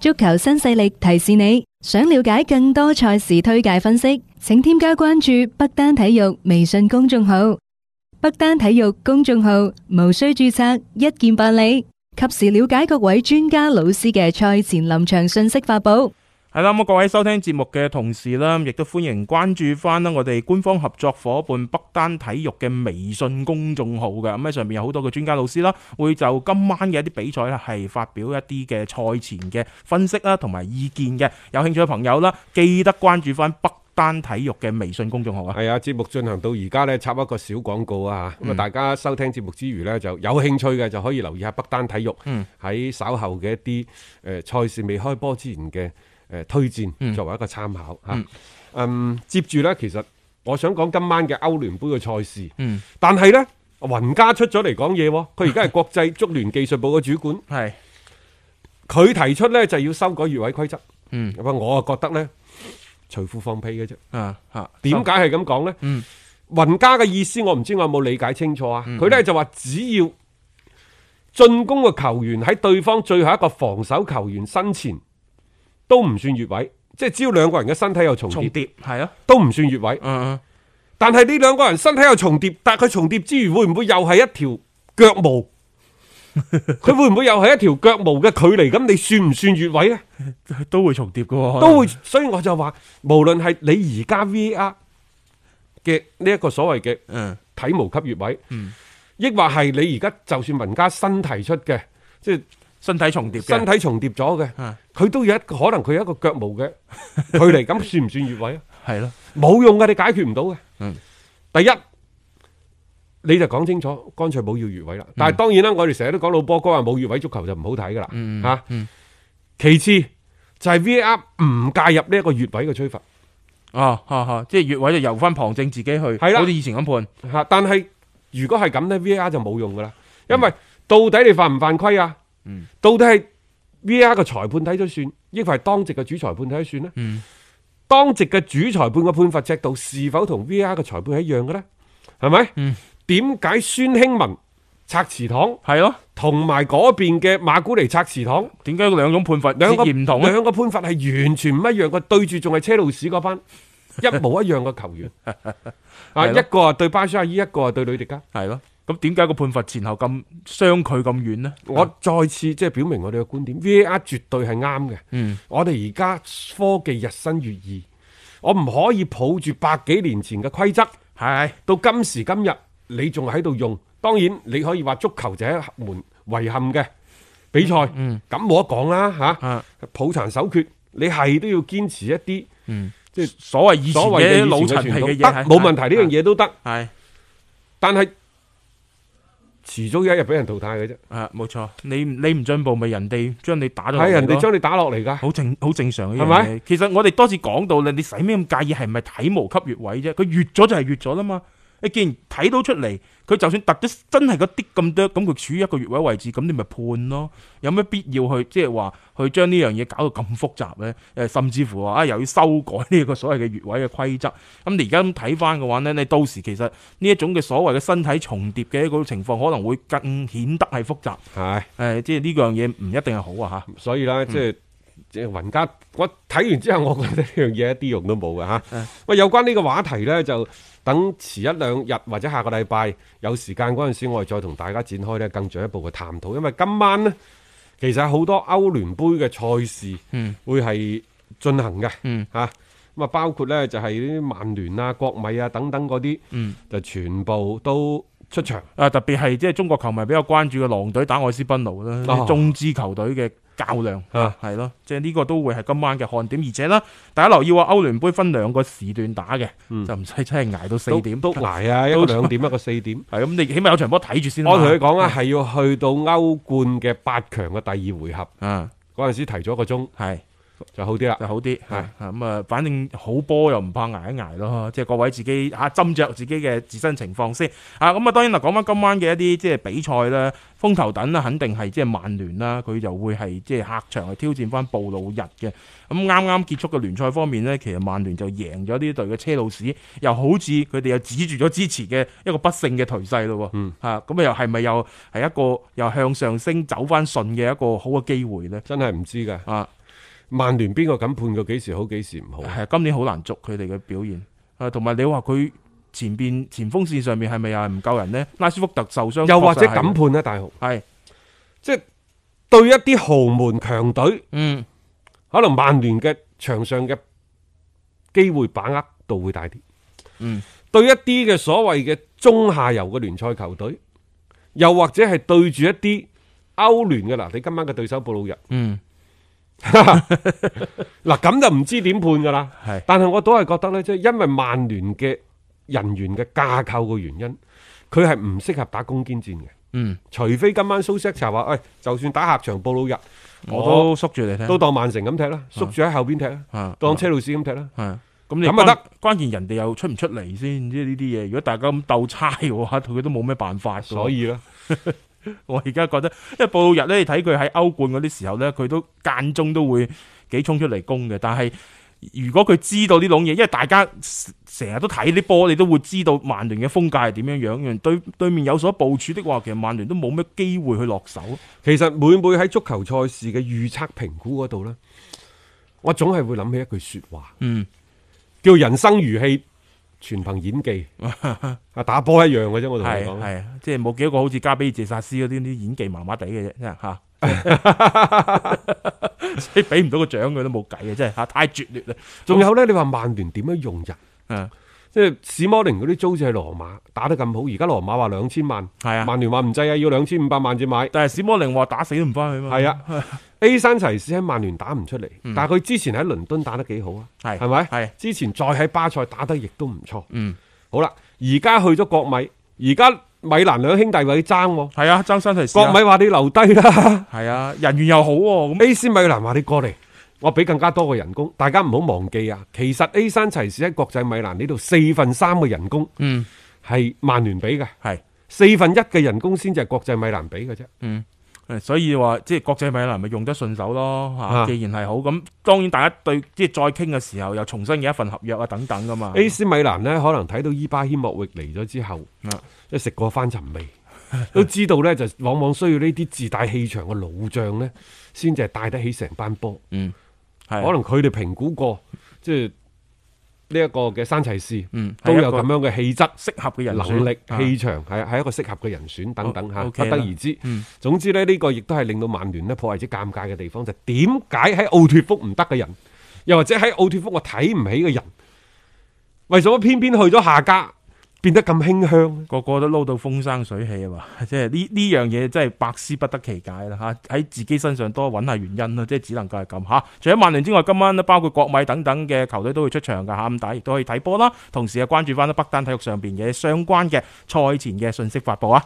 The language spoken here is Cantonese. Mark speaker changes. Speaker 1: 足球新勢力提示你，想了解更多賽事推介分析，請添加關注北單體育微信公眾號。北單體育公眾號無需註冊，一鍵辦理，及時了解各位專家老師嘅賽前臨場信息發布。
Speaker 2: 係啦，咁各位收聽節目嘅同時啦，亦都歡迎關注翻啦我哋官方合作伙伴北單體育嘅微信公眾號嘅，咁喺上面有好多嘅專家老師啦，會就今晚嘅一啲比賽啦，係發表一啲嘅賽前嘅分析啦，啊同埋意見嘅。有興趣嘅朋友啦，記得關注翻北單體育嘅微信公眾號啊！
Speaker 3: 係啊，節目進行到而家呢，插一個小廣告啊嚇咁啊、
Speaker 2: 嗯
Speaker 3: 大家收聽節目之餘呢，就有興趣嘅就可以留意下北單體育喺、
Speaker 2: 嗯
Speaker 3: 稍後嘅一啲誒賽事未開波之前嘅誒、呃推薦，
Speaker 2: 嗯
Speaker 3: 作為一個參考嚇。
Speaker 2: 嗯
Speaker 3: 嗯接住呢，其實我想講今晚嘅歐聯杯嘅賽事，
Speaker 2: 嗯，
Speaker 3: 但係呢，雲家出咗嚟講嘢喎，佢而家係國際足聯技術部嘅主管，
Speaker 2: 係，
Speaker 3: 佢提出呢，就要修改越位規則，
Speaker 2: 嗯，
Speaker 3: 咁啊我啊覺得呢，隨褲放屁嘅啫。
Speaker 2: 啊嚇，
Speaker 3: 點解係咁講呢？
Speaker 2: 嗯
Speaker 3: 雲家嘅意思我唔知我有冇理解清楚啊。佢
Speaker 2: 嗯
Speaker 3: 呢就話只要進攻嘅球員喺對方最後一個防守球員身前都唔算越位，即係只要兩個人嘅身體有重疊
Speaker 2: 重疊係咯，
Speaker 3: 都唔算越位。
Speaker 2: 嗯
Speaker 3: 但係呢兩個人身體有重疊，但係佢重疊之餘會唔會又係一條 腳毛？佢會唔會又係一條腳毛嘅距離？咁你算唔算越位呢？
Speaker 2: 嗯都會重疊嘅喎，
Speaker 3: 都會，所以我就話，無論係你而家 VAR 嘅呢一個所謂嘅
Speaker 2: 嗯
Speaker 3: 體毛級越位，
Speaker 2: 嗯
Speaker 3: 抑或係你而家就算文家新提出嘅，即係
Speaker 2: 身體重疊嘅，
Speaker 3: 身體重疊咗嘅
Speaker 2: 啊，
Speaker 3: 佢都有一個可能佢有一個腳毛 嘅距離，咁算唔算越位啊？
Speaker 2: 係咯，
Speaker 3: 冇用嘅，你解決唔到嘅。
Speaker 2: 嗯
Speaker 3: 第一。你就講清楚，乾脆冇要越位啦。但係當然啦，我哋成日都講老波哥話冇越位足球就唔好睇噶啦，嚇、
Speaker 2: 嗯嗯
Speaker 3: 其次就係 VAR 唔介入呢一個越位嘅吹罰。
Speaker 2: 哦，嚇嚇，即係越位就由翻旁證自己去，
Speaker 3: 係啦
Speaker 2: 好似以前咁判。
Speaker 3: 吓，但係如果係咁呢 v r 就冇用噶啦，因為到底你犯唔犯規啊？
Speaker 2: 嗯
Speaker 3: 到底係 v r 嘅裁判睇咗算，抑或係當值嘅主裁判睇咗算呢？
Speaker 2: 嗯
Speaker 3: 當值嘅主裁判嘅判罰尺度是否同 v r 嘅裁判係一樣嘅呢？係咪？
Speaker 2: 嗯
Speaker 3: 點解孫興文拆祠堂
Speaker 2: 係咯，
Speaker 3: 同埋嗰邊嘅馬古尼拆祠堂
Speaker 2: 點解兩種判罰兩
Speaker 3: 兩個
Speaker 2: 然唔同啊咧？
Speaker 3: 兩個判罰係完全唔一樣嘅，對住仲係車路士嗰班一模一樣嘅球 員啊，
Speaker 2: 係
Speaker 3: 一
Speaker 2: 咯
Speaker 3: 個係對巴舒亞伊，一個係啊對呂迪加。
Speaker 2: 係咯，咁點解個判罰前後咁相距咁遠呢？啊
Speaker 3: 我再次即係表明我哋嘅觀點，VAR 絕對係啱嘅。
Speaker 2: 嗯
Speaker 3: 我哋而家科技日新月異，我唔可以抱住百幾年前嘅規則，
Speaker 2: 係
Speaker 3: 到今時今日你仲喺度用。當然你可以話足球就係一門遺憾嘅比賽，
Speaker 2: 嗯
Speaker 3: 咁冇得講啦嚇。
Speaker 2: 啊，
Speaker 3: 抱殘守缺，你係都要堅持一啲
Speaker 2: 嗯，
Speaker 3: 即係
Speaker 2: 所謂以前
Speaker 3: 所謂嘅
Speaker 2: 嘅
Speaker 3: 老
Speaker 2: 老
Speaker 3: 陳
Speaker 2: 陳皮
Speaker 3: 皮
Speaker 2: 嘅
Speaker 3: 嘅
Speaker 2: 嘢
Speaker 3: 嘢，得
Speaker 2: 係
Speaker 3: 冇問題，呢樣嘢都得，
Speaker 2: 係
Speaker 3: 但係遲早有一日俾人淘汰嘅啫，
Speaker 2: 啊，冇錯。你你唔進步，咪人哋將你打咗落嚟
Speaker 3: 係
Speaker 2: 咯。
Speaker 3: 人哋將你打落嚟㗎。
Speaker 2: 好正好正常嘅，
Speaker 3: 係
Speaker 2: 係
Speaker 3: 咪
Speaker 2: 咪？其實我哋多次講到啦，你使咩咁介意係咪體毛級越位啫？佢越咗就係越咗啦嘛。你既然睇到出嚟，佢就算突咗真係個啲咁多，咁佢處於一個越位位置，咁你咪判咯。有咩必要去即係話去將呢樣嘢搞到咁複雜呢？誒，甚至乎話啊，又要修改呢個所謂嘅越位嘅規則。咁你而家咁睇翻嘅話呢，你到時其實呢一種嘅所謂嘅身體重疊嘅一個情況，可能會更顯得係複雜。誒、
Speaker 3: 係。
Speaker 2: 即係呢樣嘢唔一定係好啊嚇。
Speaker 3: 所以啦，即係即係雲家，我睇完之後，我覺得呢樣嘢一啲用都冇嘅嚇
Speaker 2: 嗯。
Speaker 3: 喂，有關呢個話題呢，就等遲一兩日或者下個禮拜有時間嗰陣時，我哋再同大家展開呢更進一步嘅探討。因為今晚呢，其實有好多歐聯杯嘅賽事
Speaker 2: 嗯
Speaker 3: 會係進行嘅
Speaker 2: 嗯
Speaker 3: 嚇。咁啊，包括呢就係呢啲曼聯啊、國米啊等等嗰啲，
Speaker 2: 嗯。
Speaker 3: 就全部都出場。
Speaker 2: 啊，特別係即係中國球迷比較關注嘅狼隊打愛斯賓奴啦，
Speaker 3: 哦
Speaker 2: 中資球隊嘅較量
Speaker 3: 啊
Speaker 2: 係咯，即係呢個都會係今晚嘅看點，而且啦，大家留意喎，歐聯杯分兩個時段打嘅，
Speaker 3: 嗯
Speaker 2: 就唔使真係捱到四
Speaker 3: 都
Speaker 2: 點
Speaker 3: 都捱啊，一個
Speaker 2: 都
Speaker 3: 兩點，一個四點。
Speaker 2: 係咁，你起碼有場波睇住先啦嗯
Speaker 3: 我
Speaker 2: 嘛。
Speaker 3: 同你講啊，係要去到歐冠嘅八強嘅第二回合
Speaker 2: 啊，
Speaker 3: 嗰陣時提咗一個鐘
Speaker 2: 係
Speaker 3: 就好啲啦。
Speaker 2: 就好啲，
Speaker 3: 係
Speaker 2: 啊咁啊，反正好波又唔怕捱一捱咯，即係各位自己嚇斟酌自己嘅自身情況先啊。咁啊，當然啦，講翻今晚嘅一啲即係比賽啦，風頭等啦，肯定係即係曼聯啦，佢就會係即係客場去挑戰翻布魯日嘅。咁啱啱結束嘅聯賽方面呢，其實曼聯就贏咗呢隊嘅車路士，又好似佢哋又止住咗之前嘅一個不勝嘅頹勢咯喎。
Speaker 3: 嗯
Speaker 2: 啊，咁啊又係咪又係一個又向上升走翻順嘅一個好嘅機會呢？
Speaker 3: 真係唔知㗎。
Speaker 2: 啊，
Speaker 3: 曼聯邊個敢判佢幾時好幾時唔好？
Speaker 2: 系今年好難捉佢哋嘅表現，啊，同埋你話佢前边前鋒線上面係咪又係唔夠人呢？拉舒福特受傷，
Speaker 3: 又或者咁判啊呢？大雄，
Speaker 2: 係，
Speaker 3: 即係對一啲豪門強隊，
Speaker 2: 嗯，
Speaker 3: 可能曼聯嘅場上嘅機會把握度會大啲。
Speaker 2: 嗯，
Speaker 3: 對一啲嘅所謂嘅中下游嘅聯賽球隊，又或者係對住一啲歐聯嘅嗱，你今晚嘅對手布魯日，
Speaker 2: 嗯，
Speaker 3: 嗱咁就唔知點判噶啦。
Speaker 2: 係，
Speaker 3: 但係我都係覺得呢，即係因為曼聯嘅人員嘅架構嘅原因，佢係唔適合打攻堅戰嘅。
Speaker 2: 嗯，
Speaker 3: 除非今晚蘇斯查話，喂、就算打客場布魯日，
Speaker 2: 嗯我都縮住你聽，
Speaker 3: 都當曼城咁踢啦，
Speaker 2: 嗯
Speaker 3: 縮住喺後邊踢啦，
Speaker 2: 啊，
Speaker 3: 當車路士咁踢啦。
Speaker 2: 係啊咁你
Speaker 3: 咁咪
Speaker 2: 關
Speaker 3: 得
Speaker 2: 關鍵人哋又出唔出嚟先，即係呢啲嘢。如果大家咁鬥猜嘅話，佢都冇咩辦法㗎喎。
Speaker 3: 所以呢，
Speaker 2: 我而家覺得，因為布魯日咧，你睇佢喺歐冠嗰啲時候咧，佢都間中都會幾衝出嚟攻嘅。但係如果佢知道呢種嘢，因為大家成日都睇啲波，你都會知道曼聯嘅風格係點樣樣。對對面有所部署的話，其實曼聯都冇咩機會去落手。
Speaker 3: 其實每每喺足球賽事嘅預測評估嗰度呢，我總係會諗起一句説話，
Speaker 2: 嗯，
Speaker 3: 叫人生如戲，全憑 演技。啊，打波一樣嘅啫，我同你
Speaker 2: 係
Speaker 3: 講。
Speaker 2: 係，即係冇幾多個好似加比謝薩斯嗰啲啲演技麻麻地嘅啫，真係嚇。所以俾唔到個獎佢都冇計嘅，真係嚇太絕劣啦。
Speaker 3: 仲有呢，你話曼聯點樣用人？
Speaker 2: 嗯，
Speaker 3: 即係史摩寧嗰啲租借羅馬打得咁好，而家羅馬話兩千萬，
Speaker 2: 係啊。
Speaker 3: 曼聯話唔制啊，要兩千五百萬至買。
Speaker 2: 但係史摩寧話打死都唔翻去嘛。
Speaker 3: 係 啊，A 山齊士喺曼聯打唔出嚟，
Speaker 2: 嗯
Speaker 3: 但係佢之前喺倫敦打得幾好啊，
Speaker 2: 係
Speaker 3: 係咪？
Speaker 2: 係
Speaker 3: 之前再喺巴塞打得亦都唔錯。
Speaker 2: 嗯。
Speaker 3: 好啦，而家去咗國米，而家米蘭兩兄弟為佢爭喎，
Speaker 2: 系啊，爭身提
Speaker 3: 國米話你留低啦
Speaker 2: 系啊，人緣又好喎、咁
Speaker 3: ，AC 米蘭話你過嚟，我俾更加多嘅人工。大家唔好忘記啊，其實 A 山齊士喺國際米蘭呢度四分三嘅人工
Speaker 2: 嗯
Speaker 3: 係曼聯俾嘅，
Speaker 2: 係
Speaker 3: 四分一嘅人工先至係國際米蘭俾嘅啫。
Speaker 2: 嗯。誒所以話即係國際米蘭咪用得順手咯嚇，
Speaker 3: 啊
Speaker 2: 既然係好咁，當然大家對即係再傾嘅時候又重新嘅一份合約啊等等噶嘛。
Speaker 3: AC 米蘭呢，可能睇到伊巴謙莫域嚟咗之後
Speaker 2: 啊，
Speaker 3: 即係食過翻尋味， 都知道呢，就往往需要呢啲自帶氣場嘅老將呢，先至係帶得起成班波。
Speaker 2: 嗯係
Speaker 3: 可能佢哋評估過，即係呢一個嘅山齊士
Speaker 2: 嗯
Speaker 3: 都
Speaker 2: 係一
Speaker 3: 有
Speaker 2: 個
Speaker 3: 咁樣嘅氣質、
Speaker 2: 適合嘅人選
Speaker 3: 能力、
Speaker 2: 啊
Speaker 3: 氣場，係係一個適合嘅人選等等
Speaker 2: 哦
Speaker 3: 嚇，不
Speaker 2: OK
Speaker 3: 得
Speaker 2: 啦
Speaker 3: 而知
Speaker 2: 嗯。
Speaker 3: 總之呢，呢個亦都係令到曼聯呢破壞之尷尬嘅地方，就係點解喺奧脱福唔得嘅人，又或者喺奧脱福我睇唔起嘅人，為咗偏偏去咗下家，變得咁輕香呢？
Speaker 2: 個個都撈到風生水起啊嘛！ 即係呢呢樣嘢真係百思不得其解啦嚇，喺自己身上多揾下原因啦，即係只能夠係咁嚇。除咗曼聯之外，今晚咧包括國米等等嘅球隊都會出場㗎嚇，咁大家亦都可以睇波啦。同時啊，關注翻北單體育上邊嘅相關嘅賽前嘅信息發布啊！